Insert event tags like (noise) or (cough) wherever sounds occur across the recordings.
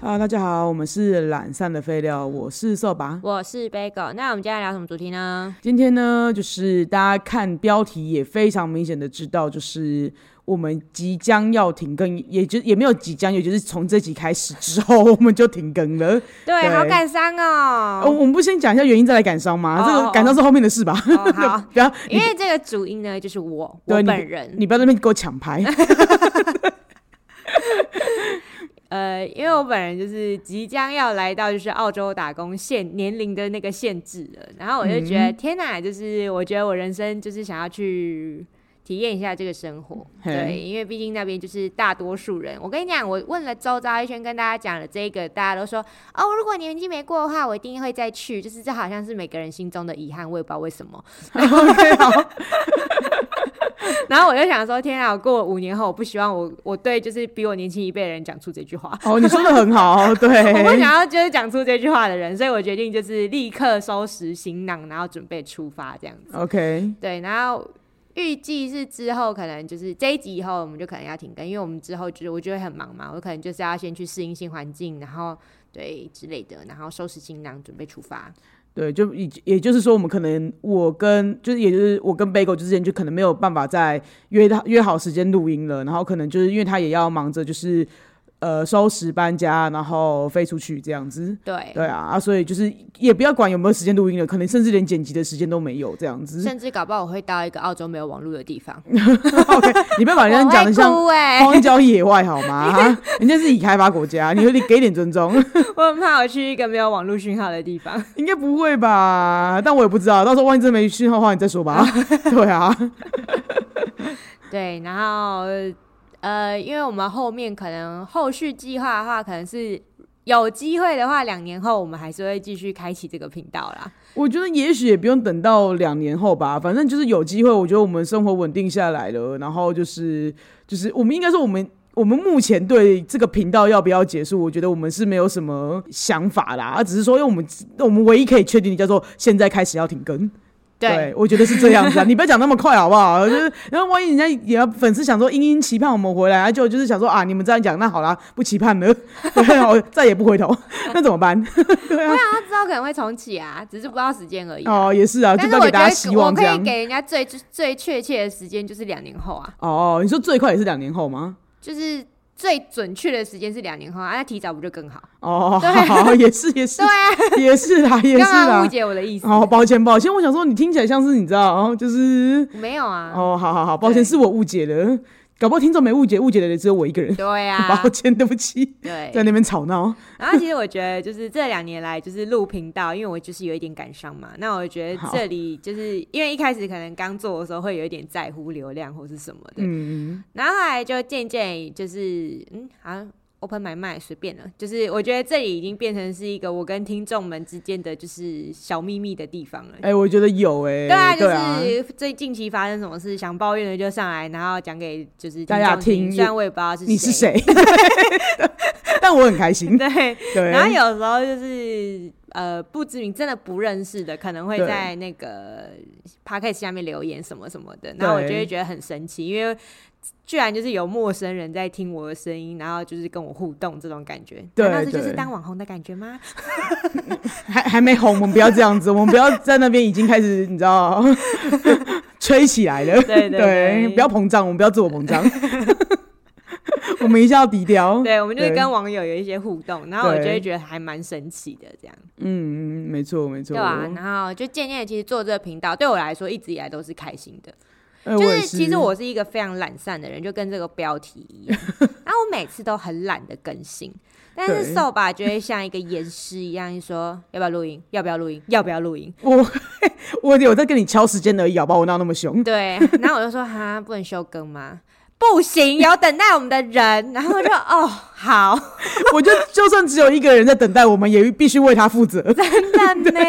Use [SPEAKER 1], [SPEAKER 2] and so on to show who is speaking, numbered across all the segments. [SPEAKER 1] Hello，大家啊好，我们是懒散的废料，我是瘦拔。
[SPEAKER 2] 我是 Bagel。那我们今天聊什么主题呢？
[SPEAKER 1] 今天呢，就是大家看标题也非常明显的知道，就是我们即将要停更，也就也没有即将，也就是从这集开始之后， (laughs) 我们就停更了。
[SPEAKER 2] 对，
[SPEAKER 1] 对
[SPEAKER 2] 好感伤
[SPEAKER 1] 呃、
[SPEAKER 2] 哦。
[SPEAKER 1] 我们不先讲一下原因，再来感伤吗？
[SPEAKER 2] 哦
[SPEAKER 1] 这
[SPEAKER 2] 哦
[SPEAKER 1] 个
[SPEAKER 2] 哦
[SPEAKER 1] 感伤是后面的事吧？
[SPEAKER 2] 哦，好，
[SPEAKER 1] (laughs) 不要，
[SPEAKER 2] 因为这个主因呢，就是我
[SPEAKER 1] (laughs) 对
[SPEAKER 2] 我
[SPEAKER 1] 你
[SPEAKER 2] 本人。
[SPEAKER 1] 你不要在那边给我抢牌。
[SPEAKER 2] 呃，因为我本人就是即将要来到就是澳洲打工限年龄的那个限制了，然后我就觉得、天哪，就是我觉得我人生就是想要去体验一下这个生活，
[SPEAKER 1] 嘿
[SPEAKER 2] 对，因为毕竟那边就是大多数人，我跟你讲，我问了周遭一圈，跟大家讲了这个，大家都说哦，如果年纪没过的话，我一定会再去，就是这好像是每个人心中的遗憾，我也不知道为什么。
[SPEAKER 1] OK，好，
[SPEAKER 2] 然后我就想说，天啊，过了五年后，我不希望我我对就是比我年轻一辈的人讲出这句话。
[SPEAKER 1] 好，哦你说的很好，
[SPEAKER 2] 我 (laughs) 不
[SPEAKER 1] 对。
[SPEAKER 2] 想要就是讲出这句话的人，所以我决定就是立刻收拾行囊，然后准备出发这样子。
[SPEAKER 1] OK，
[SPEAKER 2] 对，然后预计是之后可能就是这一集以后，我们就可能要停更，因为我们之后就是我就会很忙嘛，我可能就是要先去适应新环境，然后对之类的，然后收拾行囊准备出发。
[SPEAKER 1] 对，就也也就是说，我们可能我跟就是也就是我跟 Bagel 之间就可能没有办法再约他约好时间录音了，然后可能就是因为他也要忙着就是呃收拾搬家，然后飞出去这样子。
[SPEAKER 2] 对，
[SPEAKER 1] 对啊，啊，所以就是也不要管有没有时间录音了，可能甚至连剪辑的时间都没有这样子。
[SPEAKER 2] 甚至搞不好我会到一个澳洲没有网络的地方，
[SPEAKER 1] OK，你不要把人家讲的
[SPEAKER 2] 我
[SPEAKER 1] 像哦
[SPEAKER 2] 会哭哎、
[SPEAKER 1] 荒郊野外好
[SPEAKER 2] (laughs)
[SPEAKER 1] 吗？啊人家是已开发国家，你有点给点尊重。 (laughs)
[SPEAKER 2] 我很怕我去一个没有网络讯号的地方。
[SPEAKER 1] 应该不会吧？但我也不知道，到时候万一真没讯号的话，你再说吧。 (laughs) 对啊，
[SPEAKER 2] 对，然后呃，因为我们后面可能后续计划的话，可能是有机会的话，两年后我们还是会继续开启这个频道啦。
[SPEAKER 1] 我觉得也许也不用等到两年后吧，反正就是有机会，我觉得我们生活稳定下来了，然后就是就是我们应该说我们。我们目前对这个频道要不要结束，我觉得我们是没有什么想法啦，啊，只是说，因为我们我们唯一可以确定的叫做现在开始要停更。
[SPEAKER 2] 对，
[SPEAKER 1] 我觉得是这样子啊，你不要讲那么快好不好？就是，然后万一人家也要粉丝想说殷嗯殷期盼我们回来，啊，就就是想说啊，你们这样讲，那好啦，不期盼了，对啊，我再也不回头， (laughs) 那怎么办？
[SPEAKER 2] 他知道可能会重启啊，只是不知道时间而已啊、
[SPEAKER 1] 哦，也是啊，就
[SPEAKER 2] 但是
[SPEAKER 1] 带
[SPEAKER 2] 我
[SPEAKER 1] 给
[SPEAKER 2] 觉
[SPEAKER 1] 大家
[SPEAKER 2] 得
[SPEAKER 1] 希
[SPEAKER 2] 我
[SPEAKER 1] 望这
[SPEAKER 2] 可以
[SPEAKER 1] 样。
[SPEAKER 2] 给人家最最确切的时间就是两年后啊，
[SPEAKER 1] 哦，你说最快也是两年后吗？
[SPEAKER 2] 就是最准确的时间是两年后啊，那提早不就更好？
[SPEAKER 1] 哦，
[SPEAKER 2] 对
[SPEAKER 1] 好，也是也是
[SPEAKER 2] 对啊，
[SPEAKER 1] 也是啦，也
[SPEAKER 2] 刚
[SPEAKER 1] 是
[SPEAKER 2] 刚误
[SPEAKER 1] 啦。
[SPEAKER 2] 解我的意思，
[SPEAKER 1] 哦，抱歉抱歉，我想说你听起来像是你知道，哦，就是
[SPEAKER 2] 没有啊，
[SPEAKER 1] 哦，好好好，抱歉
[SPEAKER 2] 对
[SPEAKER 1] 是我误解了，搞不好听众没误解，误解的人只有我一个人。
[SPEAKER 2] 对啊
[SPEAKER 1] 抱，歉，对不起，
[SPEAKER 2] 对，
[SPEAKER 1] 在那边吵闹。
[SPEAKER 2] 然后其实我觉得，就是这两年来，就是录频道，因为我就是有一点感伤嘛。那我觉得
[SPEAKER 1] 好
[SPEAKER 2] 这里就是因为一开始可能刚做的时候会有一点在乎流量或是什么的，
[SPEAKER 1] 嗯，
[SPEAKER 2] 然后后来就渐渐就是嗯，好像 open my mind 随便了，就是我觉得这里已经变成是一个我跟听众们之间的就是小秘密的地方了。
[SPEAKER 1] 哎、我觉得有哎、
[SPEAKER 2] 对啊，
[SPEAKER 1] 对
[SPEAKER 2] 就是最近期发生什么事，想抱怨的就上来，然后讲给就是
[SPEAKER 1] 大家
[SPEAKER 2] 众听。
[SPEAKER 1] 听
[SPEAKER 2] 虽然我也不知道是 (laughs)
[SPEAKER 1] 你是谁？ (laughs) 但我很开心。
[SPEAKER 2] 对，
[SPEAKER 1] 对，
[SPEAKER 2] 然后有时候就是呃不知名，真的不认识的，可能会
[SPEAKER 1] 对
[SPEAKER 2] 在那个 p o d c a s t 下面留言什么什么的，然后我就会觉得很神奇，因为居然就是有陌生人在听我的声音，然后就是跟我互动这种感觉，
[SPEAKER 1] 对
[SPEAKER 2] 难道这就是
[SPEAKER 1] 对
[SPEAKER 2] 当网红的感觉吗？
[SPEAKER 1] 还还没红，我们不要这样子，我们不要在那边已经开始，
[SPEAKER 2] (laughs)
[SPEAKER 1] 你知道，吹起来了。
[SPEAKER 2] 对对对
[SPEAKER 1] 不要膨胀，我们不要自我膨
[SPEAKER 2] (laughs)
[SPEAKER 1] 胀，我们一下要低调。
[SPEAKER 2] 对，我们就是
[SPEAKER 1] 哦对
[SPEAKER 2] 跟网友有一些互动，然后我
[SPEAKER 1] 对
[SPEAKER 2] 就会觉得还蛮神奇的这样，
[SPEAKER 1] 嗯，嗯没错没错。
[SPEAKER 2] 对啊？然后就渐渐地其实做这个频道对我来说一直以来都是开心的，
[SPEAKER 1] 哎
[SPEAKER 2] 就
[SPEAKER 1] 我也
[SPEAKER 2] 是其实我是一个非常懒散的人，就跟这个标题一
[SPEAKER 1] (laughs)
[SPEAKER 2] 样。然后我每次都很懒得更新，但是
[SPEAKER 1] 对
[SPEAKER 2] 瘦吧就会像一个严师一样，就说要不要录音，要不要录音，要不要
[SPEAKER 1] (laughs)
[SPEAKER 2] 录音。
[SPEAKER 1] 我我有在跟你敲时间而已，好不好？我闹那么
[SPEAKER 2] (laughs)
[SPEAKER 1] 凶。
[SPEAKER 2] 对，然后我就说哈，不能休更吗？不行，有等待我们
[SPEAKER 1] (laughs)
[SPEAKER 2] 的人。然后我就哦，好，
[SPEAKER 1] 我觉得就算只有一个人在等待，我们也必须为他负
[SPEAKER 2] (laughs)
[SPEAKER 1] 责。
[SPEAKER 2] 真的
[SPEAKER 1] (laughs)
[SPEAKER 2] 呢。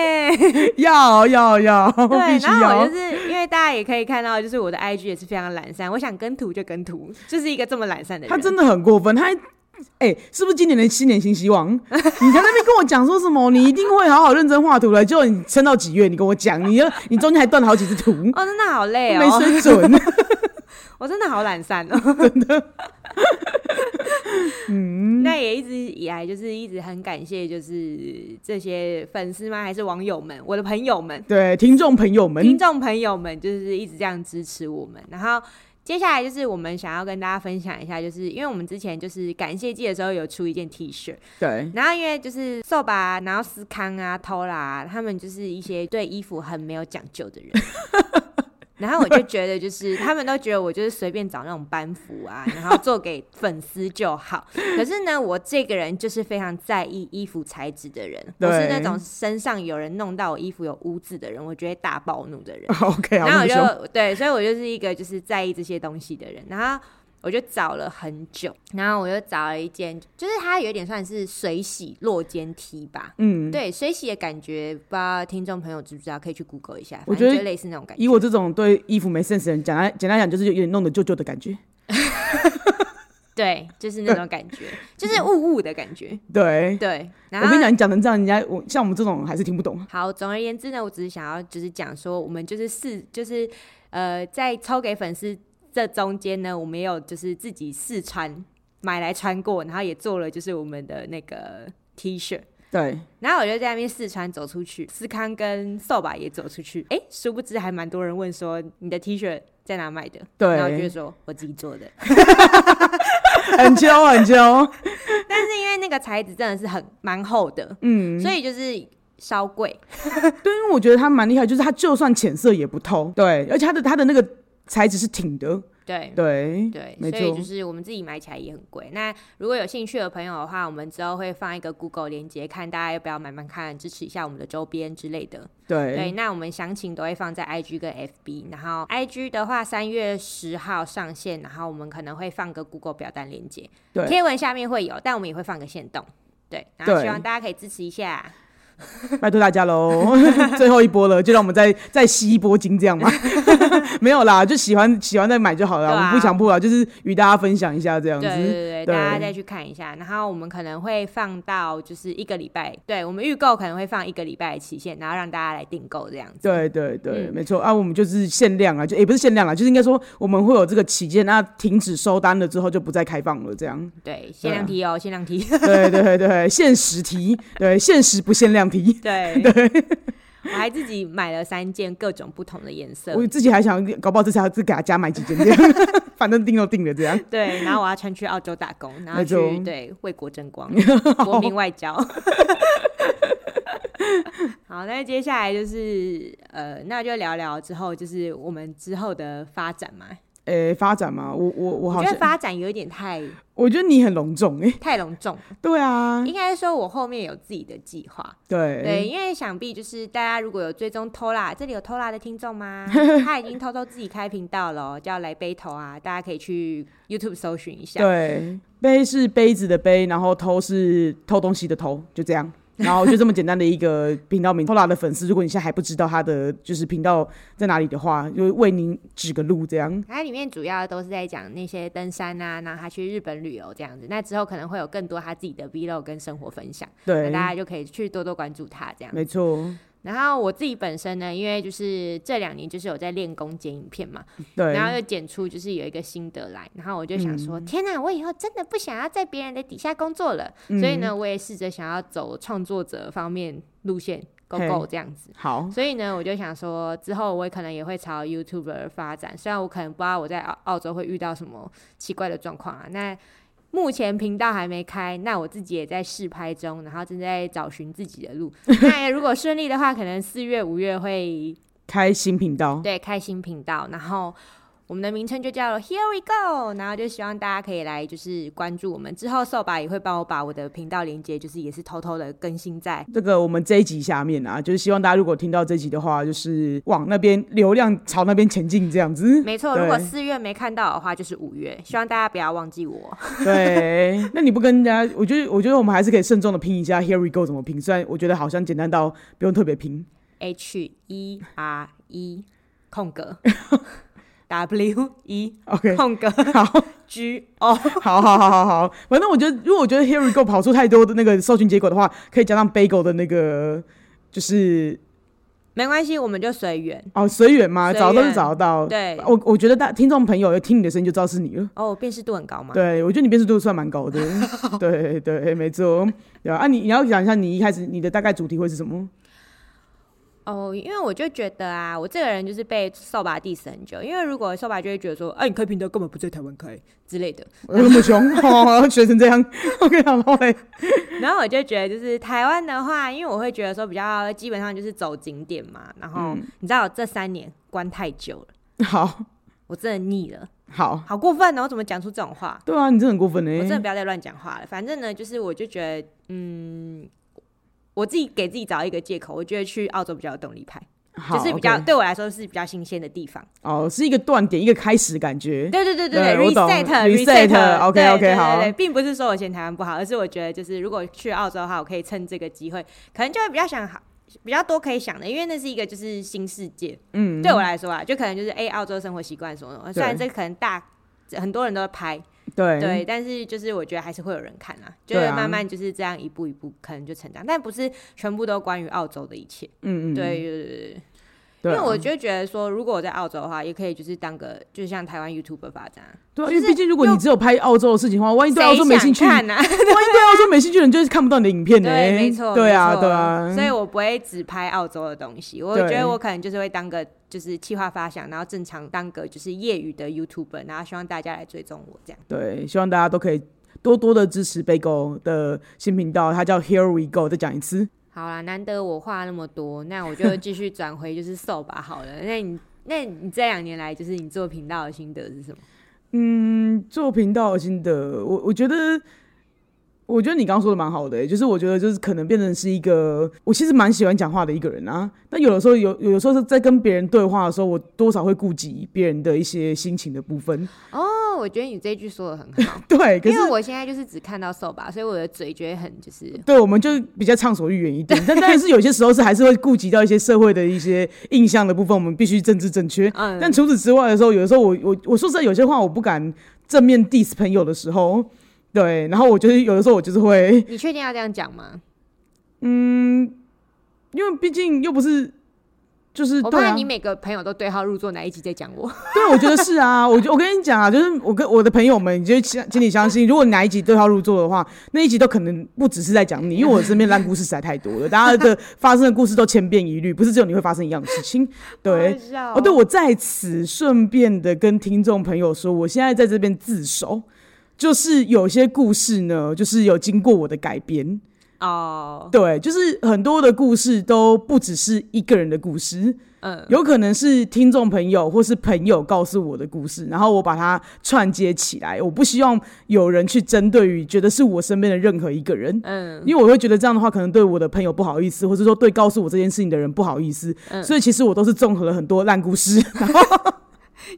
[SPEAKER 1] 要要要，
[SPEAKER 2] 对，
[SPEAKER 1] 必须
[SPEAKER 2] 然后
[SPEAKER 1] 要
[SPEAKER 2] 我就。是因为大家也可以看到，就是我的 IG 也是非常懒散，我想跟图就跟图，就是一个这么懒散的人。
[SPEAKER 1] 他真的很过分，他还哎、是不是今年的新年新希
[SPEAKER 2] (laughs)
[SPEAKER 1] 望？你在那边跟我讲说什么？你一定会好好认真画图了，结果你撑到几月？你跟我讲，你又你中间还断了好几次图，
[SPEAKER 2] 哦哦，真的好累 (laughs)
[SPEAKER 1] 没
[SPEAKER 2] 哦，
[SPEAKER 1] 水准。
[SPEAKER 2] (laughs) 我真的好懒散哦。嗯那也一直以来就是一直很感谢，就是这些粉丝吗？还是网友们，我的朋友们、
[SPEAKER 1] 对，听众朋友们，
[SPEAKER 2] 听众朋友们，就是一直这样支持我们。然后接下来就是我们想要跟大家分享一下，就是因为我们之前就是感谢季的时候有出一件 T 恤，
[SPEAKER 1] 对，
[SPEAKER 2] 然后因为就是瘦吧，然后思康啊、偷啦、他们就是一些对衣服很没有讲究的人。 (laughs) 然后我就觉得，就是他们都觉得我就是随便找那种班服啊，然后做给粉丝就好。可是呢，我这个人就是非常在意衣服材质的人，我是那
[SPEAKER 1] 对
[SPEAKER 2] 种身上有人弄到我衣服有污渍的人，我就会大暴怒的人。
[SPEAKER 1] OK，好，
[SPEAKER 2] 然后
[SPEAKER 1] 那么凶
[SPEAKER 2] 我就对，所以我就是一个就是在意这些东西的人。然后我就找了很久，然后我就找了一件，就是它有点算是水洗落肩 T 吧。
[SPEAKER 1] 嗯，
[SPEAKER 2] 对水洗的感觉，不知道听众朋友知不知道，可以去 Google 一下，
[SPEAKER 1] 我
[SPEAKER 2] 反
[SPEAKER 1] 觉
[SPEAKER 2] 正
[SPEAKER 1] 得
[SPEAKER 2] 就类似那种感觉。
[SPEAKER 1] 以我这种对衣服没 sense 的人，简单简单讲就是有点弄得旧旧的感觉。
[SPEAKER 2] 对，就是那种感觉，就是雾雾的感觉。
[SPEAKER 1] 对，
[SPEAKER 2] 对，然
[SPEAKER 1] 我跟你
[SPEAKER 2] 后
[SPEAKER 1] 讲，你讲成这样，人家我像我们这种还是听不
[SPEAKER 2] (laughs)
[SPEAKER 1] 懂。
[SPEAKER 2] 好，总而言之呢，我只是想要就是讲说，我们就是试，就是呃，在抽给粉丝这中间呢，我们也有就是自己试穿买来穿过，然后也做了就是我们的那个 T 恤。
[SPEAKER 1] 对，
[SPEAKER 2] 然后我就在那边试穿走出去，思康跟瘦吧也走出去。哎、殊不知还蛮多人问说你的 T 恤在哪买的？
[SPEAKER 1] 对
[SPEAKER 2] 然后我就说我自己做的。
[SPEAKER 1] 很娇很哦娇，
[SPEAKER 2] 但是因为那个材质真的是很蛮厚的，
[SPEAKER 1] 嗯，
[SPEAKER 2] 所以就是稍贵。
[SPEAKER 1] 对，因为我觉得他蛮厉害，就是他就算浅色也不透，对，而且他的他的那个材质是挺的，
[SPEAKER 2] 对
[SPEAKER 1] 对，
[SPEAKER 2] 对，
[SPEAKER 1] 没
[SPEAKER 2] 所以
[SPEAKER 1] 错
[SPEAKER 2] 就，是我们自己买起来也很贵。那如果有兴趣的朋友的话，我们之后会放一个 Google 链接，看大家要不要买买看，支持一下我们的周边之类的。对，
[SPEAKER 1] 对，
[SPEAKER 2] 那我们详情都会放在 IG 跟 FB，然后 IG 的话三月十号上线，然后我们可能会放个 Google 表单链接，
[SPEAKER 1] 对
[SPEAKER 2] 贴文下面会有，但我们也会放个限动。对，然后
[SPEAKER 1] 对
[SPEAKER 2] 希望大家可以支持一下。
[SPEAKER 1] 拜托大家喽， (laughs) 最后一波了，就让我们再再吸一波金这样
[SPEAKER 2] (laughs)
[SPEAKER 1] 嘛，没有啦，就喜欢喜欢再买就好了，
[SPEAKER 2] 对啊
[SPEAKER 1] 我们不强迫啦，就是与大家分享一下这样
[SPEAKER 2] 对对
[SPEAKER 1] 子，对
[SPEAKER 2] 对，大家再去看一下。然后我们可能会放到就是一个礼拜，对我们预购可能会放一个礼拜的期限，然后让大家来订购这样子。
[SPEAKER 1] 对对对，
[SPEAKER 2] 嗯
[SPEAKER 1] 没错啊，我们就是限量啊，就也、不是限量啦，就是应该说我们会有这个期间，那停止收单了之后就不再开放了这
[SPEAKER 2] (laughs)
[SPEAKER 1] 样，
[SPEAKER 2] 对，限量题哦，限
[SPEAKER 1] (laughs)
[SPEAKER 2] 量题。
[SPEAKER 1] 对对对，限时题，对，限时不限量题。
[SPEAKER 2] 对我还自己买了三件各种不同的颜色。
[SPEAKER 1] 我自己还想，搞不好这次还要再给他加买几件这样， (laughs) 反正定都定了这样。
[SPEAKER 2] 对，然后我要穿去澳洲打工，然后
[SPEAKER 1] 没
[SPEAKER 2] 去
[SPEAKER 1] 错
[SPEAKER 2] 对为国
[SPEAKER 1] (laughs)
[SPEAKER 2] 争光，国民外交。好，那接下来就是呃，那就聊聊之后就是我们之后的发展嘛。
[SPEAKER 1] 诶、发展嘛，我我我
[SPEAKER 2] 我
[SPEAKER 1] 好
[SPEAKER 2] 觉
[SPEAKER 1] 像
[SPEAKER 2] 得，发展有一点太
[SPEAKER 1] 我觉得你很隆重诶、
[SPEAKER 2] 太隆重，
[SPEAKER 1] 对啊，
[SPEAKER 2] 应该说我后面有自己的计划。
[SPEAKER 1] 对
[SPEAKER 2] 对，因为想必就是大家如果有追踪偷啦，这里有偷啦的听众吗？
[SPEAKER 1] (laughs)
[SPEAKER 2] 他已经偷偷自己开频道了哦，叫来杯头啊，大家可以去 YouTube 搜寻一下。
[SPEAKER 1] 对，杯是杯子的杯，然后偷是偷东西的偷，就这
[SPEAKER 2] (laughs)
[SPEAKER 1] 样。然后就这么简单的一个频道名，偷拉的粉丝，如果你现在还不知道他的就是频道在哪里的话，就为您指个路这样。
[SPEAKER 2] 它里面主要都是在讲那些登山啊，然后他去日本旅游这样子。那之后可能会有更多他自己的 vlog 跟生活分享，那
[SPEAKER 1] 对，
[SPEAKER 2] 大家就可以去多多关注他这样。
[SPEAKER 1] 没错，
[SPEAKER 2] 然后我自己本身呢，因为就是这两年就是有在练功剪影片嘛，
[SPEAKER 1] 对，嗯
[SPEAKER 2] 然后又剪出就是有一个心得来，然后我就想说，天哪，我以后真的不想要在别人的底下工作了。所以呢，
[SPEAKER 1] 嗯
[SPEAKER 2] 我也试着想要走创作者方面路线，Go
[SPEAKER 1] 嘿
[SPEAKER 2] Go 这样子。
[SPEAKER 1] 好，
[SPEAKER 2] 所以呢，我就想说，之后我也可能也会朝 YouTuber 发展。虽然我可能不知道我在澳澳洲会遇到什么奇怪的状况啊，那目前频道还没开，那我自己也在试拍中，然后正在找寻自己的路。 (laughs) 那如果顺利的话，可能四月、五月会
[SPEAKER 1] 开新频道，
[SPEAKER 2] 对开新频道，然后。我们的名称就叫 Here We Go，然后就希望大家可以来就是关注我们。之后瘦吧也会帮我把我的频道连接，就是也是偷偷的更新在
[SPEAKER 1] 这个我们这一集下面啊，就是希望大家如果听到这集的话，就是往那边流量朝那边前进这样子。
[SPEAKER 2] 没错，
[SPEAKER 1] 对
[SPEAKER 2] 如果四月没看到的话，就是五月。希望大家不要忘记我。
[SPEAKER 1] (laughs) 对，那你不跟人家，我觉得我觉得我们还是可以慎重的拼一下 Here we go 怎么拼，虽然我觉得好像简单到不用特别拼。
[SPEAKER 2] H E R E
[SPEAKER 1] (laughs)
[SPEAKER 2] 空格 W E
[SPEAKER 1] OK，
[SPEAKER 2] (laughs) 空格
[SPEAKER 1] 好，
[SPEAKER 2] G O。
[SPEAKER 1] 好，好，好，好，好，反正我觉得，如果我觉得 Here we go 跑出太多的那个搜寻结果的话，可以加上 Bagel 的那个就是
[SPEAKER 2] 没关系，我们就随缘。
[SPEAKER 1] 哦，随缘嘛，
[SPEAKER 2] 随
[SPEAKER 1] 找都能
[SPEAKER 2] 缘
[SPEAKER 1] 找得到。
[SPEAKER 2] 对，
[SPEAKER 1] 我我觉得大听众朋友听你的声音就知道是你了。
[SPEAKER 2] 哦，辨识度很高嘛。
[SPEAKER 1] 对，我觉得你辨识度算蛮
[SPEAKER 2] (laughs)
[SPEAKER 1] 高的。对对，没错。对啊，啊你你要讲一下，你一开始你的大概主题会是什
[SPEAKER 2] (laughs)
[SPEAKER 1] 么？
[SPEAKER 2] 哦，因为我就觉得啊，我这个人就是被扫把 diss 很久，因为如果扫把就会觉得说，哎、你开频道根本不在台湾开之类的，
[SPEAKER 1] 有那么凶，哦，学成这样。OK，好，然后嘞，
[SPEAKER 2] 然后我就觉得，就是台湾的话，因为我会觉得说比较基本上就是走景点嘛，然后
[SPEAKER 1] 嗯
[SPEAKER 2] 你知道我这三年关太久了，
[SPEAKER 1] 好
[SPEAKER 2] 我真的腻了，
[SPEAKER 1] 好，
[SPEAKER 2] 好过分哦！我怎么讲出这种话？
[SPEAKER 1] 对啊，你真的很过分呢、
[SPEAKER 2] 我真的不要再乱讲话了。反正呢，就是我就觉得，嗯，我自己给自己找一个借口，我觉得去澳洲比较有动力派，
[SPEAKER 1] 好
[SPEAKER 2] 就是比较
[SPEAKER 1] OK
[SPEAKER 2] 对我来说是比较新鲜的地方。
[SPEAKER 1] 哦，是一个断点，一个开始的感觉。
[SPEAKER 2] 对对对对
[SPEAKER 1] 对我懂
[SPEAKER 2] reset
[SPEAKER 1] reset，OK，
[SPEAKER 2] 对
[SPEAKER 1] OK，
[SPEAKER 2] 对对
[SPEAKER 1] 好
[SPEAKER 2] 对，并不是说我嫌台湾不好，而是我觉得就是如果去澳洲的话，我可以趁这个机会，可能就会比较想好。比较多可以想的，因为那是一个就是新世界，
[SPEAKER 1] 嗯，
[SPEAKER 2] 对我来说啊，就可能就是哎、澳洲生活习惯什么什么，虽然
[SPEAKER 1] 对
[SPEAKER 2] 这可能大很多人都在拍，
[SPEAKER 1] 对
[SPEAKER 2] 对，但是就是我觉得还是会有人看啊，就
[SPEAKER 1] 对
[SPEAKER 2] 是
[SPEAKER 1] 啊
[SPEAKER 2] 慢慢就是这样一步一步可能就成长，但不是全部都关于澳洲的一切，
[SPEAKER 1] 嗯嗯，
[SPEAKER 2] 对对对对。
[SPEAKER 1] 对啊，
[SPEAKER 2] 因为我就觉得说，如果我在澳洲的话，也可以就是当个就像台湾 YouTube 发展啊，
[SPEAKER 1] 对啊，
[SPEAKER 2] 就
[SPEAKER 1] 因为
[SPEAKER 2] 是
[SPEAKER 1] 毕竟如果你只有拍澳洲的事情的话，哎万一对澳
[SPEAKER 2] 谁
[SPEAKER 1] 洲没兴趣，
[SPEAKER 2] 想
[SPEAKER 1] 万一 (laughs)
[SPEAKER 2] 看啊？
[SPEAKER 1] 对澳洲没兴趣的人就是看不到你的影片呢、
[SPEAKER 2] 对，没错，
[SPEAKER 1] 对啊，
[SPEAKER 2] 没错
[SPEAKER 1] 对啊，
[SPEAKER 2] 所以我不会只拍澳洲的东西，我
[SPEAKER 1] 对
[SPEAKER 2] 觉得我可能就是会当个就是企划发想，然后正常当个就是业余的 YouTuber，然后希望大家来追踪我这样。
[SPEAKER 1] 对，希望大家都可以多多的支持贝狗的新频道，它叫 Here We Go。再讲一次，
[SPEAKER 2] 好啦，难得我话那么多，那我就继续转回就是瘦吧好了。那你那你这两年来就是你做频道的心得是什么？
[SPEAKER 1] 嗯，做频道的心得，我我觉得。我觉得你刚刚说的蛮好的、欸就是我觉得就是可能变成是一个，我其实蛮喜欢讲话的一个人啊。但有的时候有有的时候是在跟别人对话的时候，我多少会顾及别人的一些心情的部分。
[SPEAKER 2] 哦，我觉得你这句说的很好，
[SPEAKER 1] 对，可
[SPEAKER 2] 因
[SPEAKER 1] 是
[SPEAKER 2] 为我现在就是只看到瘦吧，所以我的嘴觉得很就是
[SPEAKER 1] 对，我们就比较畅所欲言一点，但当然是有些时候是还是会顾及到一些社会的一些印象的部分，我们必须政治正确。
[SPEAKER 2] 嗯，
[SPEAKER 1] (laughs) 但除此之外的时候，有的时候我我我说实在，有些话我不敢正面 diss 朋友的时候，对，然后我就是有的时候我就是会，
[SPEAKER 2] 嗯你确定要这样讲吗？
[SPEAKER 1] 因为毕竟又不是。就是
[SPEAKER 2] 我
[SPEAKER 1] 对
[SPEAKER 2] 怕
[SPEAKER 1] 啊
[SPEAKER 2] 你，每个朋友都对号入座，哪一集在讲我？
[SPEAKER 1] 对，我觉得是 (laughs) 啊，我就我跟你讲啊，就是我跟我的朋友们，你就请请你相信，如果哪一集对号入座的话，那一集都可能不只是在讲 (laughs) 你，因为我身边烂故事实在太多了，大家的发生的故事都千变一律，不是只有你会发生一样的事情，对，
[SPEAKER 2] 好好笑
[SPEAKER 1] 哦，对，我在此顺便的跟听众朋友说，我现在在这边自首，就是有些故事呢，就是有经过我的改编，
[SPEAKER 2] 哦，
[SPEAKER 1] 对，就是很多的故事都不只是一个人的故事，
[SPEAKER 2] 嗯，
[SPEAKER 1] 有可能是听众朋友或是朋友告诉我的故事，然后我把它串接起来，我不希望有人去针对于觉得是我身边的任何一个人，
[SPEAKER 2] 嗯，
[SPEAKER 1] 因为我会觉得这样的话，可能对我的朋友不好意思，或是说对告诉我这件事情的人不好意思，
[SPEAKER 2] 嗯
[SPEAKER 1] 所以其实我都是综合了很多烂故
[SPEAKER 2] (laughs)
[SPEAKER 1] 事，然后。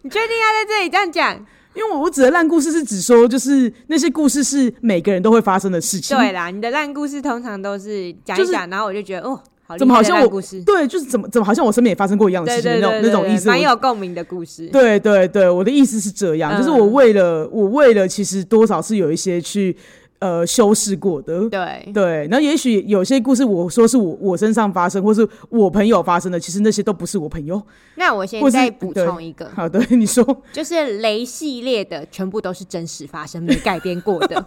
[SPEAKER 2] 你确定要在这里这样讲？
[SPEAKER 1] 因为我我指的烂故事是指说，就是那些故事是每个人都会发生的事情。
[SPEAKER 2] 对啦，你的烂故事通常都是讲一
[SPEAKER 1] 就是
[SPEAKER 2] 讲，然后我就觉得哦，好厉
[SPEAKER 1] 怎么
[SPEAKER 2] 害
[SPEAKER 1] 好
[SPEAKER 2] 的
[SPEAKER 1] 像
[SPEAKER 2] 烂
[SPEAKER 1] 我
[SPEAKER 2] 故事？
[SPEAKER 1] 对就是怎么怎么好像我身边也发生过一样的
[SPEAKER 2] 对
[SPEAKER 1] 事情
[SPEAKER 2] 对
[SPEAKER 1] 那
[SPEAKER 2] 对
[SPEAKER 1] 种那
[SPEAKER 2] 对
[SPEAKER 1] 种
[SPEAKER 2] 对，
[SPEAKER 1] 意思。
[SPEAKER 2] 蛮
[SPEAKER 1] 我
[SPEAKER 2] 有共鸣的故事。
[SPEAKER 1] 对对对，我的意思是这样，就是
[SPEAKER 2] 嗯
[SPEAKER 1] 我为了我为了其实多少是有一些去呃修饰过的。
[SPEAKER 2] 对，
[SPEAKER 1] 对，那也许有些故事我说是我我身上发生，或是我朋友发生的，其实那些都不是我朋友。
[SPEAKER 2] 那我先
[SPEAKER 1] 或是
[SPEAKER 2] 再补
[SPEAKER 1] 对
[SPEAKER 2] 充一个，
[SPEAKER 1] 好，对你说， (laughs)
[SPEAKER 2] 就是雷系列的全部都是真实发生、没改编过
[SPEAKER 1] (laughs)
[SPEAKER 2] 的。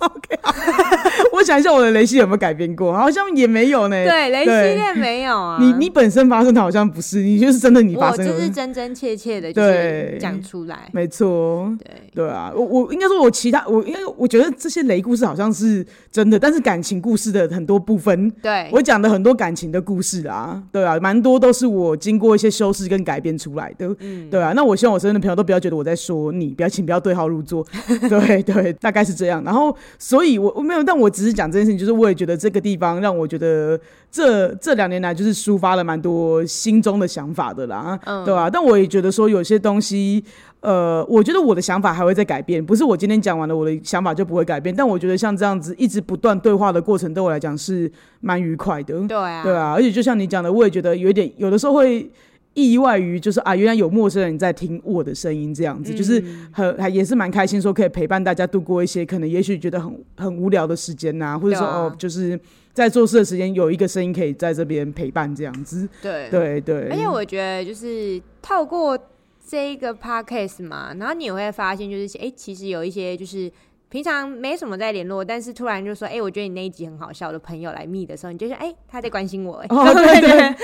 [SPEAKER 1] 我想一下我的雷系有没有改编过，好像也没有呢。
[SPEAKER 2] 对，雷系列没有啊。
[SPEAKER 1] 你你本身发生的好像不是，你就是真的你发
[SPEAKER 2] 我
[SPEAKER 1] 生
[SPEAKER 2] 就
[SPEAKER 1] 的
[SPEAKER 2] 是真真切切的，就是
[SPEAKER 1] 对
[SPEAKER 2] 讲出来。
[SPEAKER 1] 没错，
[SPEAKER 2] 对，
[SPEAKER 1] 对啊，我我应该说，我其他我应该我觉得这些雷故事好像是真的，但是感情故事的很多部分，
[SPEAKER 2] 对，
[SPEAKER 1] 我讲的很多感情的故事啊，对啊，蛮多都是我经过一些修饰跟改编出来的，对啊。那我希望我身边的朋友都不要觉得我在说你，不要请不要对号入座，对对，大概是这样。然后，所以我我没有，但我只是讲这件事情，就是我也觉得这个地方让我觉得这这两年来就是抒发了蛮多心中的想法的啦，对啊。但我也觉得说有些东西。呃，我觉得我的想法还会再改变，不是我今天讲完了我的想法就不会改变。但我觉得像这样子一直不断对话的过程，对我来讲是蛮愉快的。
[SPEAKER 2] 对啊，
[SPEAKER 1] 对啊，而且就像你讲的，我也觉得有一点，有的时候会意外于，就是啊，原来有陌生人在听我的声音，这样子，就是
[SPEAKER 2] 嗯
[SPEAKER 1] 很还也是蛮开心，说可以陪伴大家度过一些可能也许觉得很很无聊的时间呐、或者说、
[SPEAKER 2] 对啊
[SPEAKER 1] 哦，就是在做事的时间有一个声音可以在这边陪伴，这样子。
[SPEAKER 2] 对，哎
[SPEAKER 1] 对对，
[SPEAKER 2] 而且我觉得就是透过这一个 podcast 嘛，然后你也会发现就是哎、诶其实有一些就是。平常没什么在联络，但是突然就说：“哎、我觉得你那一集很好笑。”我的朋友来密的时候，你就说：“哎、他在关心我、哎 (laughs)
[SPEAKER 1] 哦对对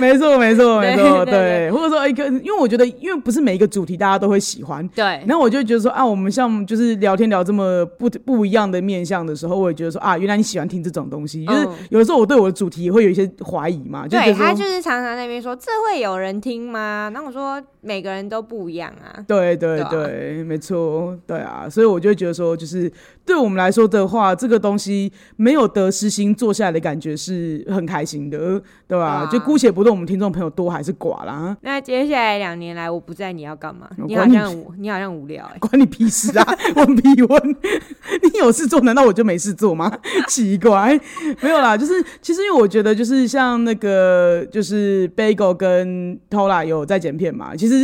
[SPEAKER 1] 没错没错
[SPEAKER 2] 对
[SPEAKER 1] 没错，
[SPEAKER 2] (laughs) 对对
[SPEAKER 1] 对，或者说一个，因为我觉得，因为不是每一个主题大家都会喜欢，
[SPEAKER 2] 对
[SPEAKER 1] 然后我就觉得说啊，我们像就是聊天聊这么不不一样的面向的时候，我也觉得说啊，原来你喜欢听这种东西。就是
[SPEAKER 2] 嗯
[SPEAKER 1] 有的时候我对我的主题也会有一些怀疑嘛，就觉
[SPEAKER 2] 对
[SPEAKER 1] 得
[SPEAKER 2] 他就
[SPEAKER 1] 说。
[SPEAKER 2] 是常常那边说这会有人听吗？然后我说每个人都不一样啊。
[SPEAKER 1] 对对
[SPEAKER 2] 对
[SPEAKER 1] 对，
[SPEAKER 2] 啊
[SPEAKER 1] 没错，对啊，所以我就会觉得说，就是对我们来说的话，这个东西没有得失心做下来的感觉是很开心的，对吧、
[SPEAKER 2] 对啊
[SPEAKER 1] 就姑且不论我们听众朋友多还是寡啦，
[SPEAKER 2] 那接下来两年来我不在，你要干嘛？
[SPEAKER 1] 我
[SPEAKER 2] 你好
[SPEAKER 1] 管你
[SPEAKER 2] 像很无你好像很无聊哎、
[SPEAKER 1] 关你屁事啊！问屁问， (laughs) 你有事做，难道我就没事做吗？奇怪，没有啦，就是其实因为我觉得，就是像那个就是 Bagel 跟 Tola 有在剪片嘛，其实。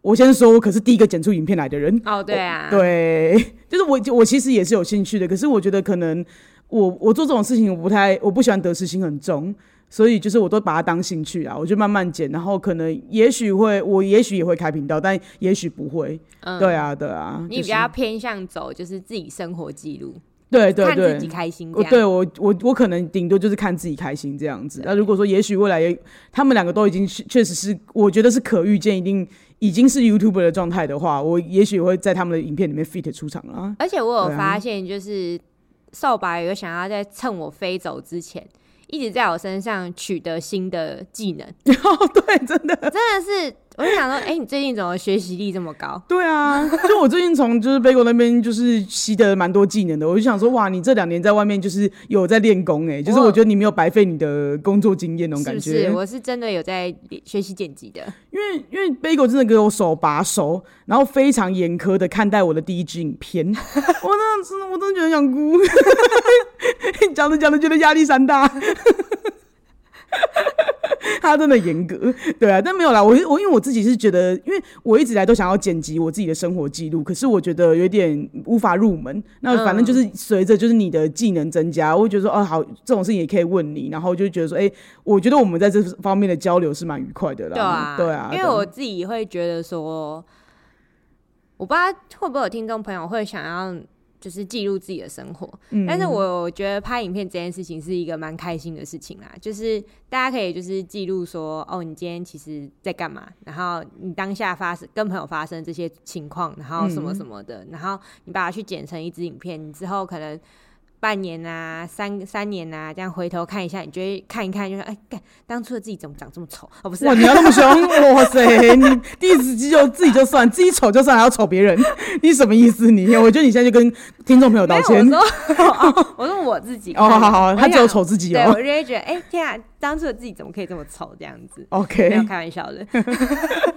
[SPEAKER 1] 我先说，我可是第一个剪出影片来的人。
[SPEAKER 2] 哦，对啊，
[SPEAKER 1] 对， (laughs) 就是我，我其实也是有兴趣的，可是我觉得可能我我做这种事情，我不太，我不喜欢得失心很重，所以就是我都把它当兴趣啊，我就慢慢剪，然后可能也许会，我也许也会开频道，但也许不会。
[SPEAKER 2] 嗯
[SPEAKER 1] 对。啊，对啊，就
[SPEAKER 2] 你比
[SPEAKER 1] 是
[SPEAKER 2] 较偏向走就是自己生活记录，
[SPEAKER 1] 对对
[SPEAKER 2] 看
[SPEAKER 1] 对，
[SPEAKER 2] 自己开心这
[SPEAKER 1] 我
[SPEAKER 2] 样。
[SPEAKER 1] 对我我我可能顶多就是看自己开心这样子。那如果说也许未来也他们两个都已经是确实是，我觉得是可预见，一定已经是 YouTuber 的状态的话，我也许会在他们的影片里面 fit 出场啦。
[SPEAKER 2] 而且我
[SPEAKER 1] 对啊 (laughs)
[SPEAKER 2] 有发现，就是扫把有想要在趁我飞走之前，一直在我身上取得新的技能，
[SPEAKER 1] 然后哦对，真的
[SPEAKER 2] 真的是，我就想说，哎、你最近怎么学习力这么高？
[SPEAKER 1] 对啊，就我最近从就是 Bagel 那边就是习得蛮多技能的，我就想说哇，你这两年在外面就是有在练功哎、就是
[SPEAKER 2] 哇
[SPEAKER 1] 我觉得你没有白费你的工作经验那种
[SPEAKER 2] 是
[SPEAKER 1] 感
[SPEAKER 2] 不
[SPEAKER 1] 觉。
[SPEAKER 2] 是？我是真的有在学习剪辑的。
[SPEAKER 1] 因为因为 Bagel 真的给我手把手，然后非常严苛的看待我的第一支影片， (laughs) 我那真的我真的觉得很想哭， (laughs) 讲着讲着觉得压力山大。 (laughs) 他真的严格，对啊，但没有啦。我我因为我自己是觉得，因为我一直以来都想要剪辑我自己的生活记录，可是我觉得有点无法入门。那反正就是随着就是你的技能增加，我会觉得说哦好，这种事情也可以问你，然后就觉得说，哎、我觉得我们在这方面的交流是蛮愉快的啦。
[SPEAKER 2] 对啊，
[SPEAKER 1] 对啊，
[SPEAKER 2] 因为我自己会觉得说，我不知道会不会有听众朋友会想要就是记录自己的生活，
[SPEAKER 1] 嗯
[SPEAKER 2] 但是我觉得拍影片这件事情是一个蛮开心的事情啦，就是大家可以就是记录说，哦，你今天其实在干嘛，然后你当下发生跟朋友发生这些情况，然后什么什么
[SPEAKER 1] 嗯
[SPEAKER 2] 的，然后你把它去剪成一支影片，你之后可能。半年啊，三三年啊，这样回头看一下，你就会看一看，就说，哎，干，当初的自己怎么长这么丑？哦，不是啊、
[SPEAKER 1] 哇，你要那么
[SPEAKER 2] (laughs)
[SPEAKER 1] 凶，哇塞，你第一次就自己就算自己丑就算，还要丑别人， (laughs) 你什么意思你？我觉得你现在就跟听众朋友
[SPEAKER 2] 没
[SPEAKER 1] 道
[SPEAKER 2] 有，
[SPEAKER 1] 歉。
[SPEAKER 2] 我说、 (laughs) 哦，我说我自己看
[SPEAKER 1] 哦，
[SPEAKER 2] 的。
[SPEAKER 1] 好好好，
[SPEAKER 2] 我
[SPEAKER 1] 他只有
[SPEAKER 2] 想
[SPEAKER 1] 丑自己
[SPEAKER 2] 对，我
[SPEAKER 1] 哦。
[SPEAKER 2] 就会觉得，哎、天啊，当初的自己怎么可以这么丑这样子？没有
[SPEAKER 1] OK，
[SPEAKER 2] 开玩笑的，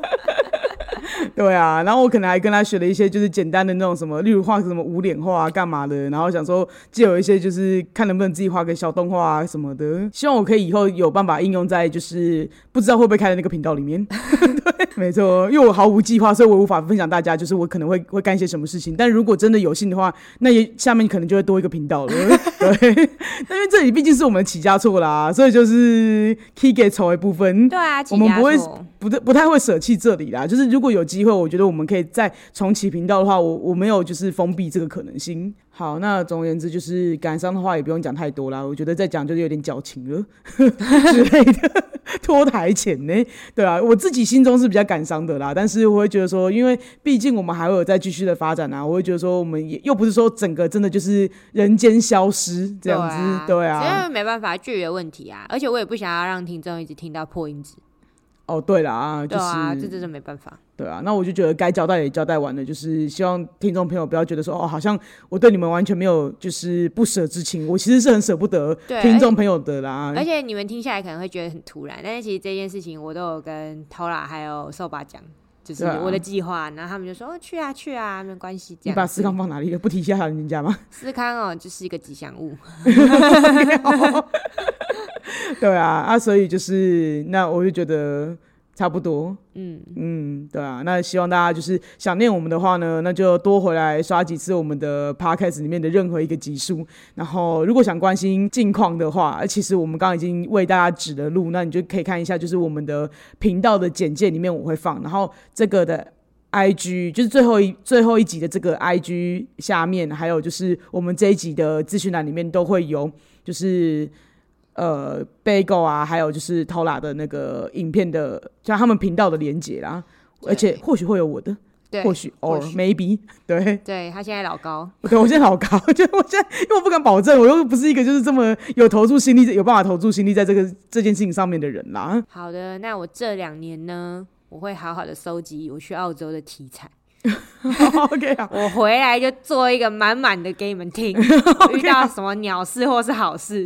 [SPEAKER 1] (laughs) 对啊，然后我可能还跟他学了一些就是简单的那种什么，例如画什么无脸画啊，干嘛的，然后想说借有一些就是看能不能自己画个小动画啊什么的，希望我可以以后有办法应用在就是不知道会不会开的那个频道里面。 (laughs) 对，没错，因为我毫无计划，所以我无法分享大家就是我可能会会干一些什么事情，但如果真的有幸的话，那也下面可能就会多一个频道了。 (laughs) 对，但因为这里毕竟是我们的起家错啦，所以就是 key 给丑的部分。
[SPEAKER 2] 对啊，
[SPEAKER 1] (laughs) 我们
[SPEAKER 2] 起家
[SPEAKER 1] 不会
[SPEAKER 2] 做
[SPEAKER 1] 不太不太会舍弃这里啦。就是如果有机会，我觉得我们可以再重启频道的话，我我没有就是封闭这个可能性。好，那总而言之就是感伤的话也不用讲太多啦，我觉得再讲就是有点矫情了 (laughs) 之类的， (laughs) 拖台前呢，对啊，我自己心中是比较感伤的啦，但是我会觉得说，因为毕竟我们还会有再继续的发展啊，我会觉得说我们也又不是说整个真的就是人间消失这样子，对啊，
[SPEAKER 2] 因为没办法拒绝问题啊，而且我也不想要让听众一直听到破音质，
[SPEAKER 1] 哦对啦，就
[SPEAKER 2] 对
[SPEAKER 1] 是、
[SPEAKER 2] 啊，这真的没办法。
[SPEAKER 1] 对啊，那我就觉得该交代也交代完了，就是希望听众朋友不要觉得说哦，好像我对你们完全没有就是不舍之情，我其实是很舍不得
[SPEAKER 2] 对
[SPEAKER 1] 听众朋友的啦。
[SPEAKER 2] 而且你们听下来可能会觉得很突然，但是其实这件事情我都有跟 Tola 还有瘦爸讲，就是
[SPEAKER 1] 对啊
[SPEAKER 2] 我的计划，然后他们就说、哦、去啊去啊，没关系这
[SPEAKER 1] 你
[SPEAKER 2] 样。
[SPEAKER 1] 把思康放哪里了？不提一下人家吗？ (laughs)
[SPEAKER 2] 思康哦，就是一个吉祥物，
[SPEAKER 1] 对啊，啊，所以就是那我就觉得差不多，
[SPEAKER 2] 嗯，
[SPEAKER 1] 嗯，对啊，那希望大家就是想念我们的话呢，那就多回来刷几次我们的 podcast 里面的任何一个集数。然后，如果想关心近况的话，呃其实我们刚刚已经为大家指了路，那你就可以看一下，就是我们的频道的简介里面我会放，然后这个的 IG 就是最后一最后一集的这个 IG 下面，还有就是我们这一集的资讯栏里面都会有，就是呃 Bagel 啊，还有就是偷拉的那个影片的，像他们频道的连接啦，
[SPEAKER 2] 对
[SPEAKER 1] 而且或许会有我的，
[SPEAKER 2] 对，
[SPEAKER 1] 或许偶尔
[SPEAKER 2] 或许
[SPEAKER 1] maybe 对。
[SPEAKER 2] 对他现在老高，
[SPEAKER 1] 对，我现在好高， (laughs) 就我现在，因为我不敢保证，我又不是一个就是这么有投注心力、有办法投注心力在这个这件事情上面的人啦。 (laughs)
[SPEAKER 2] 好的，那我这两年呢，我会好好的搜集我去澳洲的题材，
[SPEAKER 1] OK 啊，
[SPEAKER 2] 我回来就做一个满满的给你们
[SPEAKER 1] (laughs)
[SPEAKER 2] 听，遇到什么鸟事或是好事，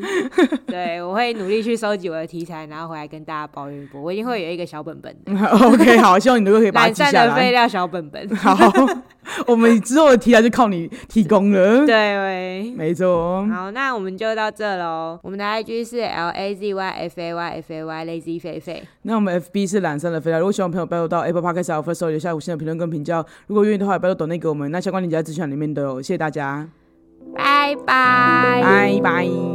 [SPEAKER 2] 对我会努力去收集我的题材，然后回来跟大家抱怨一波，我一定会有一个小本本的，
[SPEAKER 1] 嗯 OK，好，希望你能够可以把它
[SPEAKER 2] 懒
[SPEAKER 1] 记
[SPEAKER 2] 散
[SPEAKER 1] 下
[SPEAKER 2] 的
[SPEAKER 1] 来
[SPEAKER 2] 废。料小本
[SPEAKER 1] (laughs)
[SPEAKER 2] 本，
[SPEAKER 1] 好，我们之后的题材就靠你提供了。
[SPEAKER 2] 对。
[SPEAKER 1] 没错，哦
[SPEAKER 2] 好，那我们就到这喽。我们的 IG 是 L A Z Y F A Y F A Y Lazy 肥肥。
[SPEAKER 1] 那我们 FB 是懒散的肥料。如果喜欢我们朋友，拜托到 Apple Podcast 和 First Story 留下五星的评论跟评价哦。如果愿意的话，也拜托抖哦内给我们。那相关链接在资讯栏里面都有。谢谢大家，
[SPEAKER 2] 拜拜。
[SPEAKER 1] 拜拜。